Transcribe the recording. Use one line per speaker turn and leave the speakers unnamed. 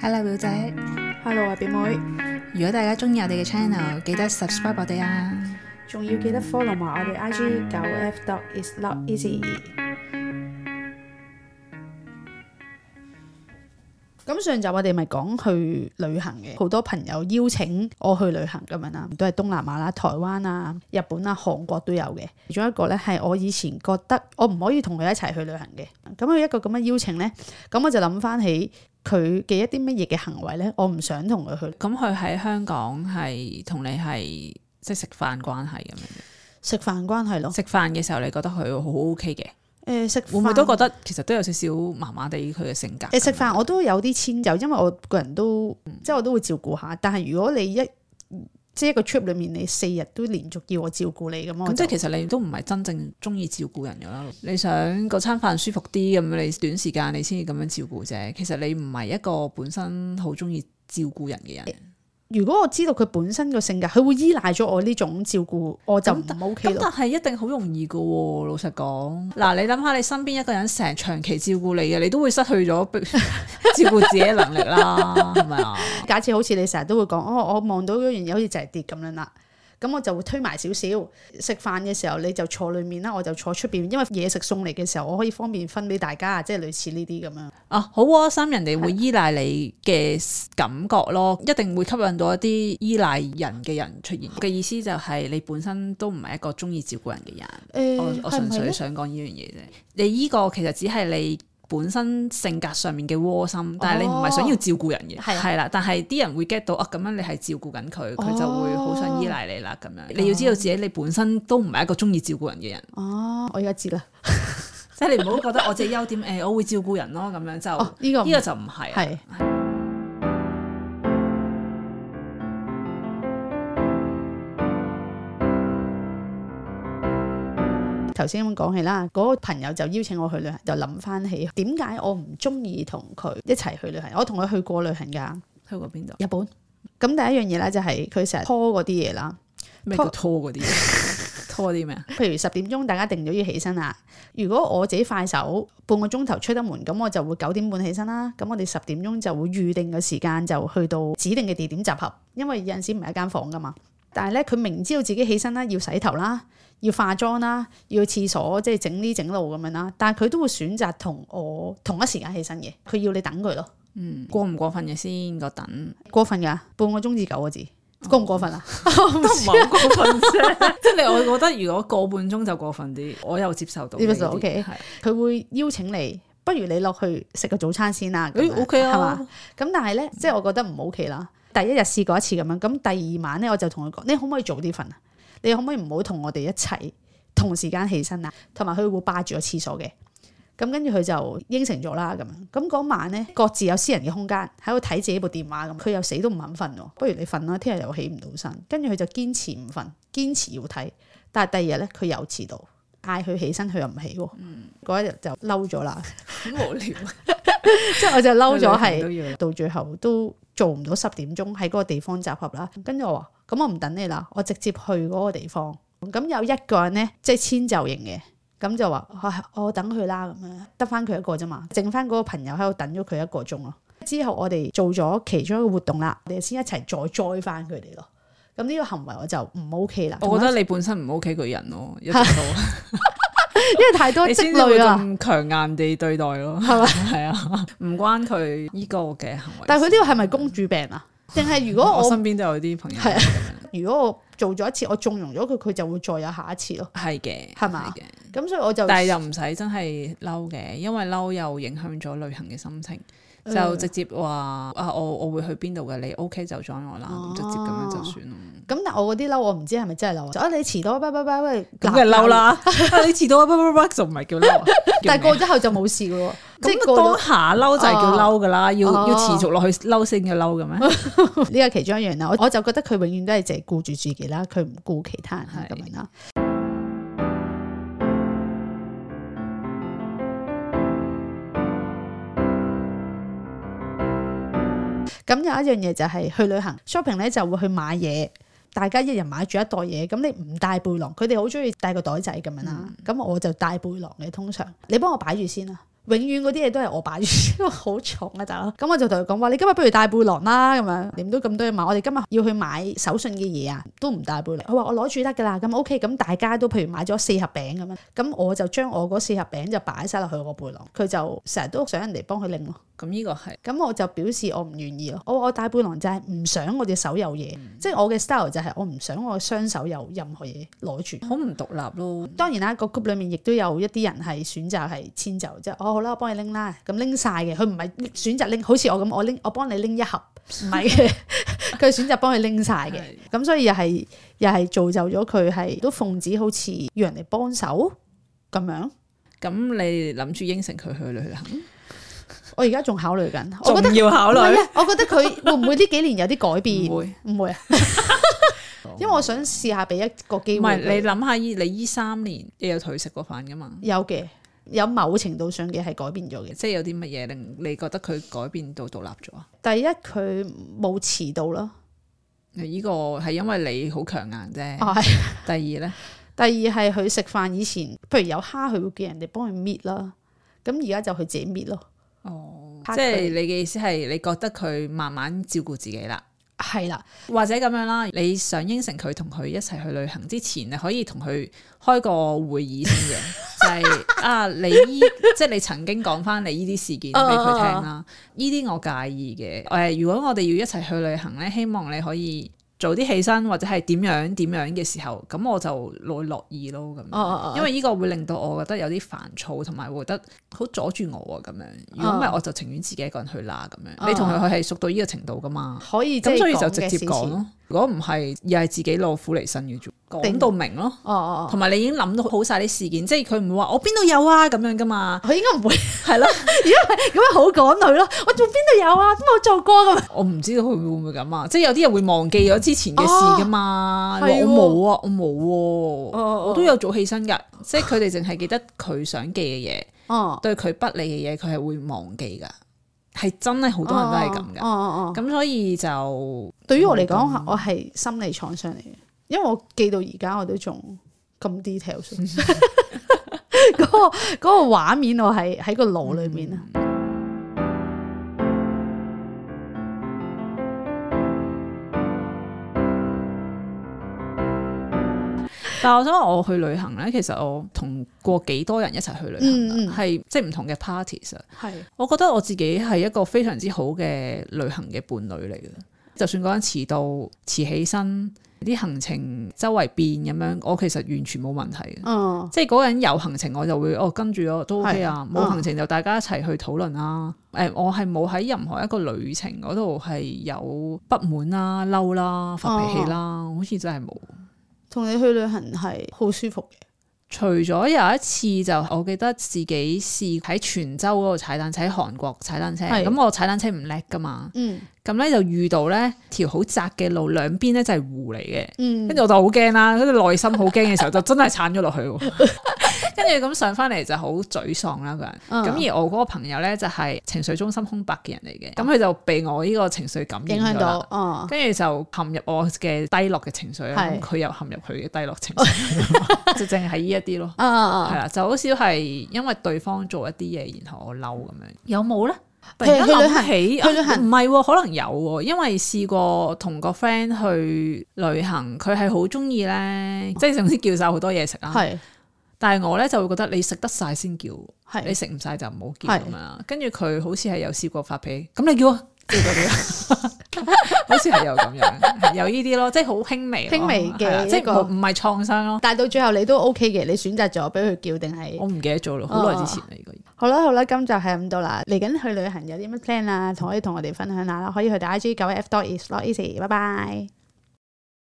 Hello 表姐，
Hello 啊，表妹，
如果大家中意我哋嘅 channel，記得 subscribe 我哋啊！
仲要記得 follow 埋我哋 IG 九 F dot is not easy。咁上集我哋咪講去旅行嘅，好多朋友邀請我去旅行咁樣啦，都係東南亞啦、台灣啊、日本啊、韓國都有嘅。其中一個呢，係我以前覺得我唔可以同佢一齊去旅行嘅，咁佢一個咁嘅邀請呢，咁我就諗翻起佢嘅一啲乜嘢嘅行為呢，我唔想同佢去。
咁佢喺香港係同你係即係食飯關係咁樣。
食飯關係
哦
咯，
食飯嘅時候，你覺得佢好 OK 嘅，
誒、食
會唔會
飯
都覺得其實都有少少麻麻地佢嘅性格？
誒食飯我都有啲遷就，因為我個人都即係我都會照顧下。但係如果你一即係一個 trip 裡面，你四日都連續要我照顧你咁，我
咁即係
就
其實你都唔係真正中意照顧人㗎啦。你想嗰餐飯舒服啲咁，你短時間你先至咁樣照顧啫。其實你唔係一個本身好中意照顧人嘅人。
如果我知道佢本身個性格，佢會依賴咗我呢種照顧，我就唔
咁
OK
咁
咯。
但係一定好容易㗎喎，老實講。嗱，你諗下，你身邊一個人成長期照顧你嘅，你都會失去咗 照顧自己嘅能力啦，係咪啊？
假設好似你成日都會講，哦，我望到嗰樣嘢好似就係跌咁樣啦，咁我就會推埋少少。食飯嘅時候你就坐裡面啦，我就坐出邊，因為嘢食送嚟嘅時候，我可以方便分俾大家，即係類似呢啲咁樣。
啊，好窩心，人哋會依賴你嘅感覺咯，一定會吸引到一啲依賴人嘅人出現。嘅意思就係你本身都唔係一個中意照顧人嘅人。我
誒
我
係唔
純
係
粹
咧？
想講呢樣嘢啫。你依個其實只係你本身性格上面嘅窩心，但係你唔係想要照顧人嘅，
係啊
係啦。但係啲人會 get 到啊，咁樣你係照顧緊佢，佢就會好想依賴你啦。咁樣你要知道自己你本身都唔係一個中意照顧人嘅人，
哦，我而家知啦。
即係你唔好覺得我自己優點誒，我會照顧人咯，咁樣就
哦，呢個
呢個就唔係啊啦。
係。頭先咁講起啦，嗰、個朋友就邀請我去旅行，就諗翻起點解我唔中意同佢一齊去旅行。我同佢去過旅行㗎，
去過邊度？
日本。咁第一樣嘢咧就係佢成日拖嗰啲嘢啦。
咩叫拖嗰啲嘢？拖啲咩啊？
譬如十點鐘大家定咗要起身啦。如果我自己快手半個鐘頭出得門，咁我就會九點半起身啦。咁我哋十點鐘就會預定嘅時間就去到指定嘅地點集合，因為有陣時唔係一間房噶嘛。但係咧，佢明知道自己起身啦，要洗頭啦，要化妝啦，要去廁所，即係整呢整路咁樣啦。但係佢都會選擇同我同一時間起身嘅，佢要你等佢咯，
嗯過唔過分嘅先個等，
過分㗎，半個鐘至九個字，
哦
過唔過分啊？
都唔係好過分啫。 即係你，我覺得如果個半鐘就過分啲，我又接受到呢啲。
接受到，OK
係
佢會邀請你，不如你落去食個早餐先啦。咁樣
誒 OK
係嘛
啊？，
咁但係咧，即係我覺得唔 OK 啦。第一日試過一次咁樣，咁第二晚咧我就同佢講：你可唔可以早啲瞓啊？你可唔可以唔好同我哋一齊同時間起身啊？同埋佢會霸住個廁所嘅。咁跟住佢就應承咗啦，咁樣。咁嗰晚咧，各自有私人嘅空間，喺度睇自己部電話咁。佢又死都唔肯瞓喎，不如你瞓啦，聽日又起唔到身。跟住佢就堅持唔瞓，堅持要睇。但係第二日咧，佢又遲到，嗌佢起身，佢又唔起喎。嗰一日就嬲咗啦，
好無聊。啊
即係我就嬲咗係。
都要啦
到最後都做唔到十點鐘喺嗰個地方集合啦。跟住我話：咁我唔等你啦，我直接去嗰個地方。咁有一個人呢，即係遷就型嘅，咁就話、啊我等佢啦咁樣，得翻佢一個啫嘛，剩翻嗰個朋友喺度等咗佢一個鐘咯。之後我哋做咗其中一個活動啦，我哋先一齊再 join 翻佢哋咯。咁呢個行為我就唔 OK 啦，
我覺
同埋
得你本身唔 OK 個人 咯，一直都
因為太多
你
積
先至會
累啊啦。
咁強硬地對待咯，係咪？係啊，唔關佢呢個嘅行為。
但係佢呢個係咪公主病啊？定係如果
我
我
身邊都有啲朋友
係
係
啊
咁
如果我做咗一次，我縱容咗佢，佢就會再有下一次咯。
樣係嘅，
係嘛
係嘅？
咁所以我就
但係又唔使真係嬲嘅，因為嬲又影響咗旅行嘅心情，
嗯
就直接話啊我我會去邊度嘅，你 OK 就 join 我啦，
哦
咁直接咁樣就算咯。
咁但我嗰啲嬲，我唔知係咪真係嬲，就啊你遲到，拜拜拜喂，
咁梗係嬲。啦，啊你遲到啊，就唔係叫嬲啊，
但
叫
係過
咩
咗後就冇事噶喎，即係
咁
過
當
咗
下嬲就係叫嬲噶啦，要
哦
要持續落去嬲先叫嬲嘅咩？
呢個其中一樣啦。我我就覺得佢永遠都係淨係顧住自己啦，佢唔顧其他人啦
係
咁樣啦。咁有一樣嘢就係去旅行 shopping 咧，就會去買嘢，大家一人買住一袋嘢。咁你唔帶背囊，佢哋好中意帶個袋仔咁樣啦。咁、我就帶背囊嘅，通常你幫我擺住先啦。永遠嗰啲嘢都係我擺住， 因為好重啊大佬。咁我就同佢講話：你今日不如帶背囊啦，咁樣點都咁多嘢買，我哋今日要去買手信嘅嘢啊，都唔帶背囊。佢話我攞住得㗎啦，咁 OK，咁大家都譬如買咗四盒餅咁樣，咁我就將我嗰四盒餅就擺晒落去我背囊，佢就成日都想人哋幫佢拎咯。
咁呢個係
咁我就表示我唔願意咯。我我帶背囊就係唔想我隻手有嘢，即係我嘅 style 就係我唔想我嘅雙手有任何嘢攞住。
好唔獨立咯。
當然啦，個 group 裏面亦都有一啲人係選擇係遷就，即係哦好啦，我幫你拎啦，咁拎晒嘅，佢唔係選擇拎，好似我咁，我拎我幫你拎一盒，唔係嘅， 佢選擇幫佢拎晒嘅，咁所以又係又係造就咗佢係都奉旨好似要人哋幫手咁樣。
咁你諗住應承佢去旅行，
我而家仲考慮緊，我覺得
要考
唔係啊，我覺得佢會唔會呢幾年有啲改變？
唔會。
唔 會啊，因為我想試下俾一個機
唔
會
係
佢。
你諗下，依你依三年，你有同佢食過飯噶嘛？
有嘅，有某程度上嘅係改變咗嘅。
即係有啲乜嘢令你覺得佢改變到獨立咗啊？
第一佢冇遲到啦，
呢個係因為你好強硬啫。
啊係。
第二咧，
第二係佢食飯以前，譬如有蝦，佢會叫人哋幫佢搣啦。咁而家就佢自己搣咯，
哦，
嚇佢
即係你嘅意思係你覺得佢慢慢照顧自己啦。
係啦，
或者咁樣啦，你想應承佢同佢一齊去旅行之前，你可以同佢開個會議先嘅，就係、啊，你依即係你曾經講翻你呢啲事件俾佢聽啦，呢啲我介意嘅。誒、如果我哋要一齊去旅行咧，希望你可以早啲起身，或者係點樣點樣嘅時候，咁我就會樂意咯咁樣。
哦哦哦
嗯因為呢個會令到我覺得有啲煩躁，同埋會覺得好阻住我啊咁樣。如果唔係，我就情願自己一個人去啦咁樣。你同佢係熟到呢個程度噶嘛？
可以即
咁
係
所以就
講
直
嘅
接
事
講
前。
咯。如果唔係，又係自己攞苦嚟辛嘅啫。講
定
到明咯，
哦哦
同埋你已經諗到好晒啲事件，即係佢唔會話我邊度有啊咁樣噶嘛。
哦，佢應該唔 會係咯，如果係咁樣好趕佢咯。我做邊度有啊？都冇做過咁樣。
我唔知道佢會唔會咁啊，即係有啲人會忘記咗之前嘅事噶嘛。
哦
話
係喎
我冇啊，我冇喎，
哦
我都有早起身㗎。即係佢哋淨係記得佢想記嘅嘢，
哦，
對佢不利嘅嘢，佢係會忘記㗎。係真係好多人都係咁
哦
㗎。
哦哦。
咁所以就
對於我嚟講，我係心理創傷嚟嘅，因為我記到而家我都仲咁 detail 嗰、個嗰個畫面我係喺個腦裏面啊。
但係我想話我去旅行咧，其實我同過幾多人一齊去旅行
嗯嗯
啦，係、即係唔同嘅 parties 啊。
係
我覺得我自己係一個非常之好嘅旅行嘅伴侶嚟嘅，就算嗰陣遲到、遲起身、啲行程周圍變咁樣，我其實完全冇問題嘅。
嗯
即係嗰個人有行程，我就會哦跟住我都 OK 啊，
係
冇行程就大家一齊去討論啦。誒、我係冇喺任何一個旅程嗰度係有不滿啦、嬲啦、發脾氣啦，
哦
好似真係冇。
同你去旅行係好舒服嘅。
除咗有一次就我記得自己試喺泉州嗰度踩單車，喺韓國踩單車。
係
咁我踩單車唔叻噶嘛，
嗯
咁咧就遇到咧條好窄嘅路，兩邊咧就係湖嚟嘅。
嗯
跟住我就好驚啦，跟住內心好驚嘅時候就真係鏟咗落去 喎。 跟住咁上翻嚟就好沮喪啦個人。
嗯
咁而我嗰個朋友咧就係情緒中心空白嘅人嚟嘅，咁佢就被我呢個情緒感染
哦影響
咗啦
到哦，
跟住就陷入我嘅低落嘅情緒啦，
係
咁佢又陷入佢嘅低落情緒，就淨係呢一啲咯，
啊啊
係
啊！
啦，就好少係因為對方做一啲嘢，然後我嬲咁樣，有冇咧？突
譬
然
如
間
去旅
諗
行
起，
去旅行
啊唔係喎，可能有喎，因為試過同個 friend 去旅行，佢係好中意咧，即係總之叫晒好多嘢食啦。
哦係啊
但係我咧就會覺得你食得晒先叫，你
係
食唔晒就唔好叫
係
咁樣啦。跟住佢好似係有試過發脾氣，咁你叫啊，即係嗰啲， 好似係有咁樣，有呢啲咯，即係好輕微咯，
輕微嘅
係啦即係
一個
冇唔係創傷咯。
但係到最後你都 OK 嘅，你選擇咗俾佢叫定係
我唔記得咗咯，好耐之前嚟個。
好啦好啦，今集係咁多啦。嚟緊去旅行有啲乜 plan 啊？可以同我哋分享下啦，可以去到 IG 九 F dot is not easy。拜拜。